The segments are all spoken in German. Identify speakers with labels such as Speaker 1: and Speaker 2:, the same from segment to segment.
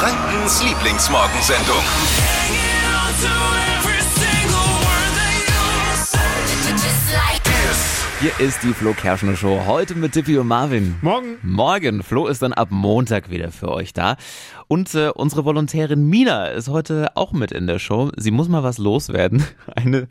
Speaker 1: Frankens Lieblingsmorgensendung.
Speaker 2: Hier ist die Flo Kerschner Show. Heute mit Tippi und Marvin.
Speaker 3: Morgen.
Speaker 2: Morgen. Flo ist dann ab Montag wieder für euch da. Und äh, unsere Volontärin Mina ist heute auch mit in der Show. Sie muss mal was loswerden. Eine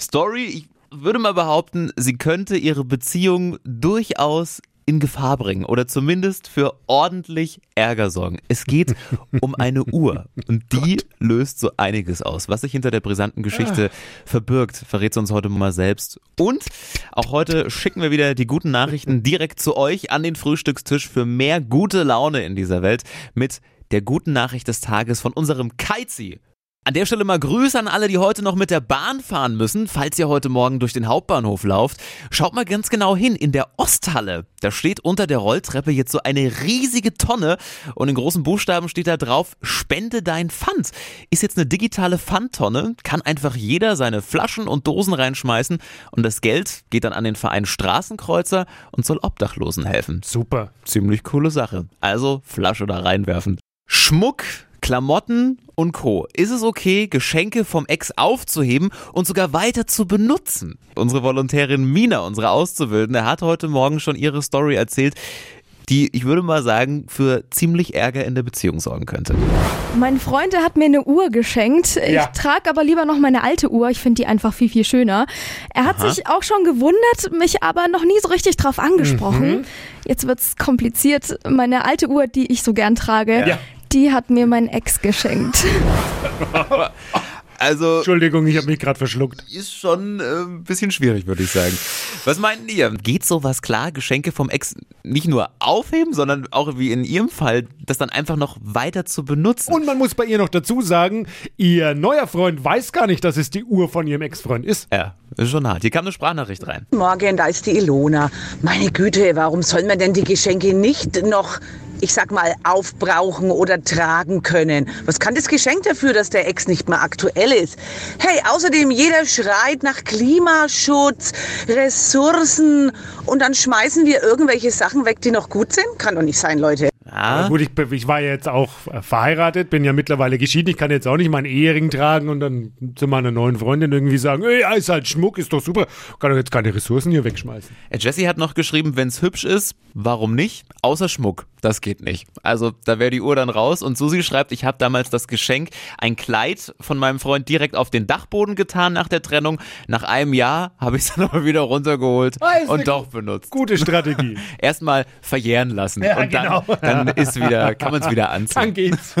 Speaker 2: Story. Ich würde mal behaupten, sie könnte ihre Beziehung durchaus in Gefahr bringen oder zumindest für ordentlich Ärger sorgen. Es geht um eine Uhr und die löst so einiges aus. Was sich hinter der brisanten Geschichte verbirgt, verrät sie uns heute mal selbst. Und auch heute schicken wir wieder die guten Nachrichten direkt zu euch an den Frühstückstisch für mehr gute Laune in dieser Welt mit der guten Nachricht des Tages von unserem Kaizi. An der Stelle mal Grüße an alle, die heute noch mit der Bahn fahren müssen. Falls ihr heute Morgen durch den Hauptbahnhof lauft, schaut mal ganz genau hin. In der Osthalle, da steht unter der Rolltreppe jetzt so eine riesige Tonne und in großen Buchstaben steht da drauf, spende dein Pfand. Ist jetzt eine digitale Pfandtonne, kann einfach jeder seine Flaschen und Dosen reinschmeißen und das Geld geht dann an den Verein Straßenkreuzer und soll Obdachlosen helfen
Speaker 3: Super.
Speaker 2: ziemlich coole Sache. Also Flasche da reinwerfen. Schmuck, Klamotten und Co. Ist es okay, Geschenke vom Ex aufzuheben und sogar weiter zu benutzen? Unsere Volontärin Mina, unsere Auszubildende, hat heute Morgen schon ihre Story erzählt, die, ich würde mal sagen, für ziemlich Ärger in der Beziehung sorgen könnte.
Speaker 4: Mein Freund, der hat mir eine Uhr geschenkt. Ich
Speaker 3: Ja.
Speaker 4: trage aber lieber noch meine alte Uhr. Ich finde die einfach viel, viel schöner. Er hat sich auch schon gewundert, mich aber noch nie so richtig drauf angesprochen.
Speaker 3: Mhm.
Speaker 4: Jetzt wird's kompliziert. Meine alte Uhr, die ich so gern trage,
Speaker 3: Ja.
Speaker 4: die hat mir mein Ex geschenkt.
Speaker 2: Also
Speaker 3: Entschuldigung, ich habe mich gerade verschluckt.
Speaker 2: ist schon äh, ein bisschen schwierig, würde ich sagen. Was meinen ihr? Geht sowas klar, Geschenke vom Ex nicht nur aufheben, sondern auch wie in ihrem Fall, das dann einfach noch weiter zu benutzen?
Speaker 3: Und man muss bei ihr noch dazu sagen, ihr neuer Freund weiß gar nicht, dass es die Uhr von ihrem Ex-Freund ist.
Speaker 2: Ja, ist schon hart. Hier kam eine Sprachnachricht rein.
Speaker 5: Morgen, da ist die Ilona. Meine Güte, warum soll man denn die Geschenke nicht noch, ich sag mal, aufbrauchen oder tragen können? Was kann das Geschenk dafür, dass der Ex nicht mehr aktuell ist? Hey, außerdem, jeder schreit nach Klimaschutz, Ressourcen und dann schmeißen wir irgendwelche Sachen weg, die noch gut sind? Kann doch nicht sein, Leute.
Speaker 2: Ah,
Speaker 3: Äh, Gut, ich, ich war ja jetzt auch äh, verheiratet, bin ja mittlerweile geschieden. Ich kann jetzt auch nicht meinen Ehering tragen und dann zu meiner neuen Freundin irgendwie sagen, ey, ja, ist halt Schmuck, ist doch super. Kann doch jetzt keine Ressourcen hier wegschmeißen.
Speaker 2: Äh, Jesse hat noch geschrieben, wenn's hübsch ist, warum nicht? Außer Schmuck, das geht nicht. Also da wäre die Uhr dann raus. Und Susi schreibt, ich habe damals das Geschenk, ein Kleid von meinem Freund direkt auf den Dachboden getan nach der Trennung. Nach einem Jahr habe ich es dann aber wieder runtergeholt
Speaker 3: Ah, ist
Speaker 2: und
Speaker 3: eine
Speaker 2: doch benutzt.
Speaker 3: Gute Strategie.
Speaker 2: erstmal verjähren lassen
Speaker 3: Ja,
Speaker 2: und dann,
Speaker 3: genau.
Speaker 2: dann ist wieder, kann man es wieder
Speaker 3: dann
Speaker 2: anziehen.
Speaker 3: geht's.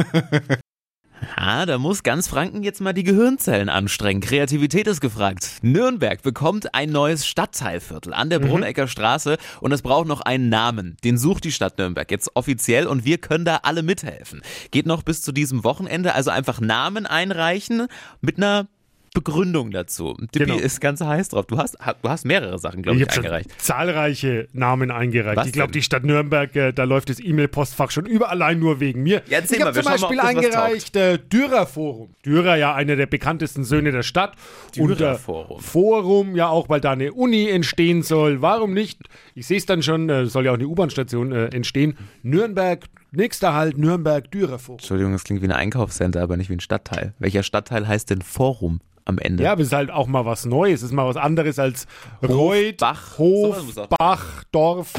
Speaker 2: Ah, da muss ganz Franken jetzt mal die Gehirnzellen anstrengen. Kreativität ist gefragt. Nürnberg bekommt ein neues Stadtteilviertel an der
Speaker 3: Mhm.
Speaker 2: Brunecker Straße und es braucht noch einen Namen. Den sucht die Stadt Nürnberg jetzt offiziell und wir können da alle mithelfen. Geht noch bis zu diesem Wochenende, also einfach Namen einreichen mit einer Begründung dazu. Dippi
Speaker 3: Genau.
Speaker 2: ist ganz heiß drauf. Du hast, du hast mehrere Sachen, glaube ich,
Speaker 3: hab
Speaker 2: eingereicht.
Speaker 3: Schon zahlreiche Namen eingereicht.
Speaker 2: Was
Speaker 3: ich glaube,
Speaker 2: denn?
Speaker 3: die Stadt Nürnberg, äh, da läuft das E-Mail-Postfach schon über allein nur wegen mir.
Speaker 2: Ja, erzähl
Speaker 3: ich
Speaker 2: mal,
Speaker 3: habe
Speaker 2: wir
Speaker 3: zum
Speaker 2: schauen mal,
Speaker 3: Beispiel
Speaker 2: ob das was
Speaker 3: eingereicht äh, Dürerforum. Dürer ja einer der bekanntesten Söhne der Stadt. Und, äh,
Speaker 2: Dürerforum.
Speaker 3: Forum ja auch, weil da eine Uni entstehen soll. Warum nicht? Ich sehe es dann schon, äh, soll ja auch eine U-Bahn-Station äh, entstehen. Nürnberg, nächster Halt, Nürnberg, Dürerforum.
Speaker 2: Entschuldigung, das klingt wie ein Einkaufscenter, aber nicht wie ein Stadtteil. Welcher Stadtteil heißt denn Forum am Ende?
Speaker 3: Ja, aber es ist halt auch mal was Neues. Es ist mal was anderes als Reuth,
Speaker 2: Bach. Sowas muss
Speaker 3: Hof,
Speaker 2: auch-
Speaker 3: Bach, Dorf.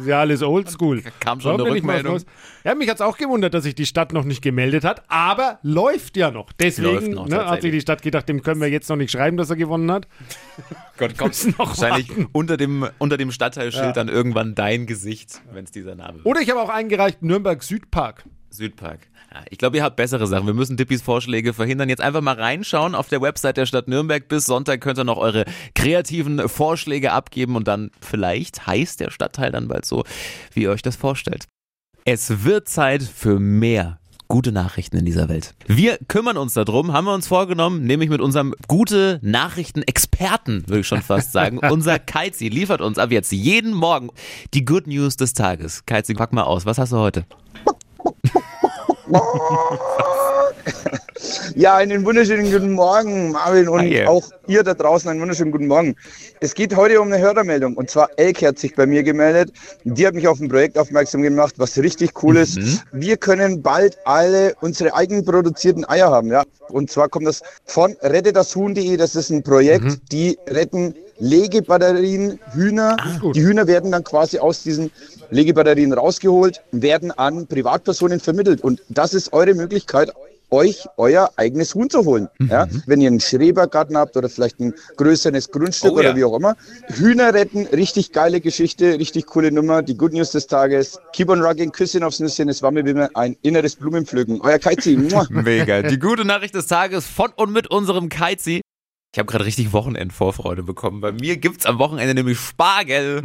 Speaker 3: Ist ja alles oldschool.
Speaker 2: Kam schon
Speaker 3: Warum
Speaker 2: eine
Speaker 3: denn nicht mal was
Speaker 2: Rückmeldung.
Speaker 3: Neues? Ja, mich hat es auch gewundert, dass sich die Stadt noch nicht gemeldet hat, aber läuft ja noch. Deswegen
Speaker 2: Läuft noch,
Speaker 3: ne, hat sich
Speaker 2: tatsächlich.
Speaker 3: die Stadt gedacht, dem können wir jetzt noch nicht schreiben, dass er gewonnen hat.
Speaker 2: Gott, kommt
Speaker 3: noch
Speaker 2: wahrscheinlich
Speaker 3: warten.
Speaker 2: unter dem, unter dem Stadtteilschild dann irgendwann dein Gesicht, wenn es dieser Name wird.
Speaker 3: Oder ich habe auch eingereicht Nürnberg Südpark.
Speaker 2: Südpark. Ja, ich glaube, ihr habt bessere Sachen. Wir müssen Dippis Vorschläge verhindern. Jetzt einfach mal reinschauen auf der Website der Stadt Nürnberg. Bis Sonntag könnt ihr noch eure kreativen Vorschläge abgeben und dann vielleicht heißt der Stadtteil dann bald so, wie ihr euch das vorstellt. Es wird Zeit für mehr gute Nachrichten in dieser Welt. Wir kümmern uns darum, haben wir uns vorgenommen, nämlich mit unserem gute Nachrichten-Experten, würde ich schon fast sagen. Unser Keizi liefert uns ab jetzt jeden Morgen die Good News des Tages. Keizi, pack mal aus. Was hast du heute?
Speaker 6: Ja, einen wunderschönen guten Morgen, Marvin, und
Speaker 2: Hi.
Speaker 6: auch ihr da draußen einen wunderschönen guten Morgen. Es geht heute um eine Hörermeldung, und zwar Elke hat sich bei mir gemeldet. Die hat mich auf ein Projekt aufmerksam gemacht, was richtig cool ist. Wir können bald alle unsere eigenen produzierten Eier haben, ja. Und zwar kommt das von rettetdashuhn.de, das ist ein Projekt, die retten Legebatterien, Hühner.
Speaker 3: gut.
Speaker 6: Die Hühner werden dann quasi aus diesen Legebatterien rausgeholt, werden an Privatpersonen vermittelt. Und das ist eure Möglichkeit, euch euer eigenes Huhn zu holen.
Speaker 2: Mhm.
Speaker 6: Ja? Wenn ihr einen Schrebergarten habt oder vielleicht ein größeres Grundstück
Speaker 2: Oh
Speaker 6: oder
Speaker 2: ja.
Speaker 6: wie auch immer. Hühner retten, richtig geile Geschichte, richtig coole Nummer. Die Good News des Tages. Keep on rocking, Küsschen aufs Nüsschen. Es war mir wie immer ein inneres Blumenpflücken. Euer Kaizi. Mua.
Speaker 2: Mega. Die gute Nachricht des Tages von und mit unserem Kaizi. Ich habe gerade richtig Wochenendvorfreude bekommen. Bei mir gibt's am Wochenende nämlich Spargel.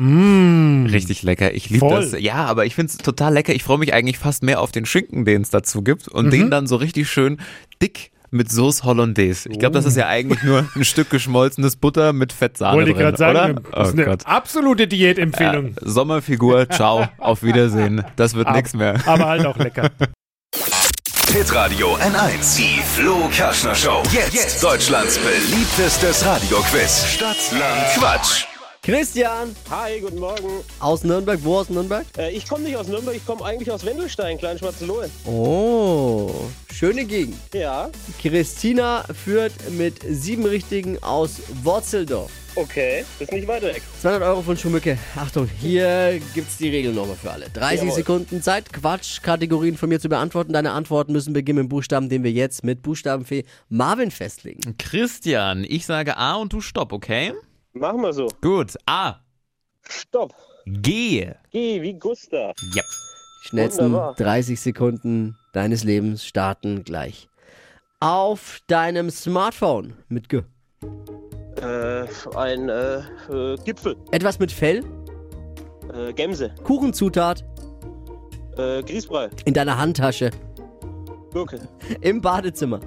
Speaker 2: Richtig lecker. Ich liebe
Speaker 3: Mm. Voll.
Speaker 2: das. Ja, aber ich find's total lecker. Ich freue mich eigentlich fast mehr auf den Schinken, den es dazu gibt und
Speaker 3: Mhm.
Speaker 2: den dann so richtig schön dick mit Sauce Hollandaise. Ich glaube, das ist ja eigentlich nur ein Stück geschmolzenes Butter mit Fettsahne
Speaker 3: Oh. Wollte ich
Speaker 2: drin,
Speaker 3: gerade sagen,
Speaker 2: oder? Oh
Speaker 3: das ist eine absolute Diätempfehlung.
Speaker 2: Sommerfigur, ciao, auf Wiedersehen. Das wird
Speaker 3: Ab-
Speaker 2: nichts mehr.
Speaker 3: Aber halt auch lecker.
Speaker 1: Hitradio N1. Die Flo Kerschner Show. Jetzt, Deutschlands beliebtestes Radioquiz. Stadt, Land, Quatsch.
Speaker 7: Christian
Speaker 8: Hi, guten Morgen.
Speaker 7: aus Nürnberg. Wo aus Nürnberg?
Speaker 8: Äh, ich komme nicht aus Nürnberg, ich komme eigentlich aus Wendelstein, Kleinschwarzenlohe.
Speaker 7: Oh, schöne Gegend.
Speaker 8: Ja,
Speaker 7: Christina führt mit sieben Richtigen aus Worzeldorf.
Speaker 8: okay, ist nicht weit weg.
Speaker 7: 200 Euro von Schumücke. Achtung, hier gibt's die Regeln nochmal für alle. 30
Speaker 8: Jawohl.
Speaker 7: Sekunden Zeit, Quatschkategorien von mir zu beantworten. Deine Antworten müssen beginnen mit Buchstaben, den wir jetzt mit Buchstabenfee Marvin festlegen.
Speaker 2: Christian, ich sage A und du stopp, okay?
Speaker 8: Machen wir so.
Speaker 2: Gut. A.
Speaker 8: Stopp.
Speaker 2: G.
Speaker 8: Geh wie Gustav.
Speaker 2: Yep.
Speaker 7: Die schnellsten
Speaker 8: Wunderbar.
Speaker 7: 30 Sekunden deines Lebens starten gleich. Auf deinem Smartphone mit G.
Speaker 8: Äh, ein äh, äh, Gipfel.
Speaker 7: Etwas mit Fell,
Speaker 8: Äh, Gemse.
Speaker 7: Kuchenzutat,
Speaker 8: Äh, Grießbrei.
Speaker 7: in deiner Handtasche,
Speaker 8: Gurke.
Speaker 7: im Badezimmer.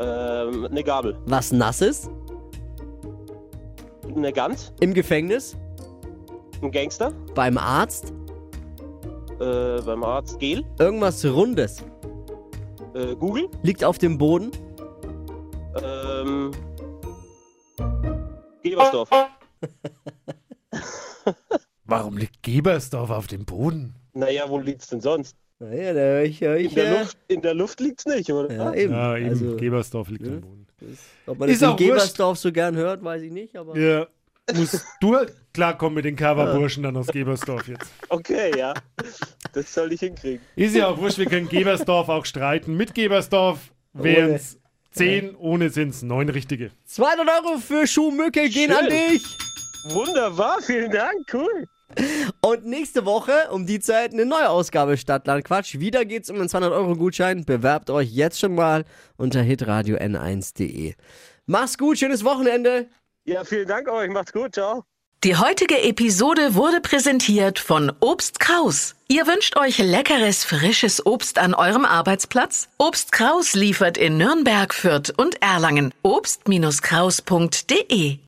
Speaker 8: Ähm, eine Gabel.
Speaker 7: Was Nasses,
Speaker 8: Eine Gans.
Speaker 7: im Gefängnis,
Speaker 8: Ein Gangster.
Speaker 7: beim Arzt,
Speaker 8: Äh, beim Arzt Gel.
Speaker 7: irgendwas Rundes,
Speaker 8: Äh, Google.
Speaker 7: liegt auf dem Boden,
Speaker 8: Ähm. Gebersdorf.
Speaker 3: Warum liegt Gebersdorf auf dem Boden?
Speaker 8: Naja, wo liegt's denn sonst?
Speaker 7: Naja, da höre ich, höre ich.
Speaker 8: In der,
Speaker 7: ja.
Speaker 8: Luft, in der Luft liegt's nicht, oder?
Speaker 7: Ja, eben.
Speaker 3: Ja, eben,
Speaker 7: Also,
Speaker 3: Gebersdorf liegt
Speaker 7: ne?
Speaker 3: am Boden.
Speaker 7: ob man
Speaker 3: Ist
Speaker 7: das in
Speaker 3: auch wurscht.
Speaker 7: Gebersdorf so gern hört, weiß ich nicht, aber.
Speaker 3: Ja, musst du halt klarkommen mit den Coverburschen dann aus Gebersdorf jetzt.
Speaker 8: Okay, ja. Das soll ich hinkriegen.
Speaker 3: Ist ja auch wurscht, wir können Gebersdorf auch streiten. Mit Gebersdorf wären es zehn, ohne sind es neun richtige.
Speaker 7: 200 Euro für Schuhmücke gehen an
Speaker 8: Schön.
Speaker 7: dich!
Speaker 8: Wunderbar, vielen Dank, cool.
Speaker 7: Und nächste Woche um die Zeit eine neue Ausgabe Stadtland Quatsch. Wieder geht's um einen 200 Euro Gutschein. Bewerbt euch jetzt schon mal unter hitradio n1.de. Mach's gut, schönes Wochenende.
Speaker 8: Ja, vielen Dank euch, macht's gut, ciao.
Speaker 9: Die heutige Episode wurde präsentiert von Obst Kraus. Ihr wünscht euch leckeres, frisches Obst an eurem Arbeitsplatz? Obst Kraus liefert in Nürnberg, Fürth und Erlangen. Obst-Kraus.de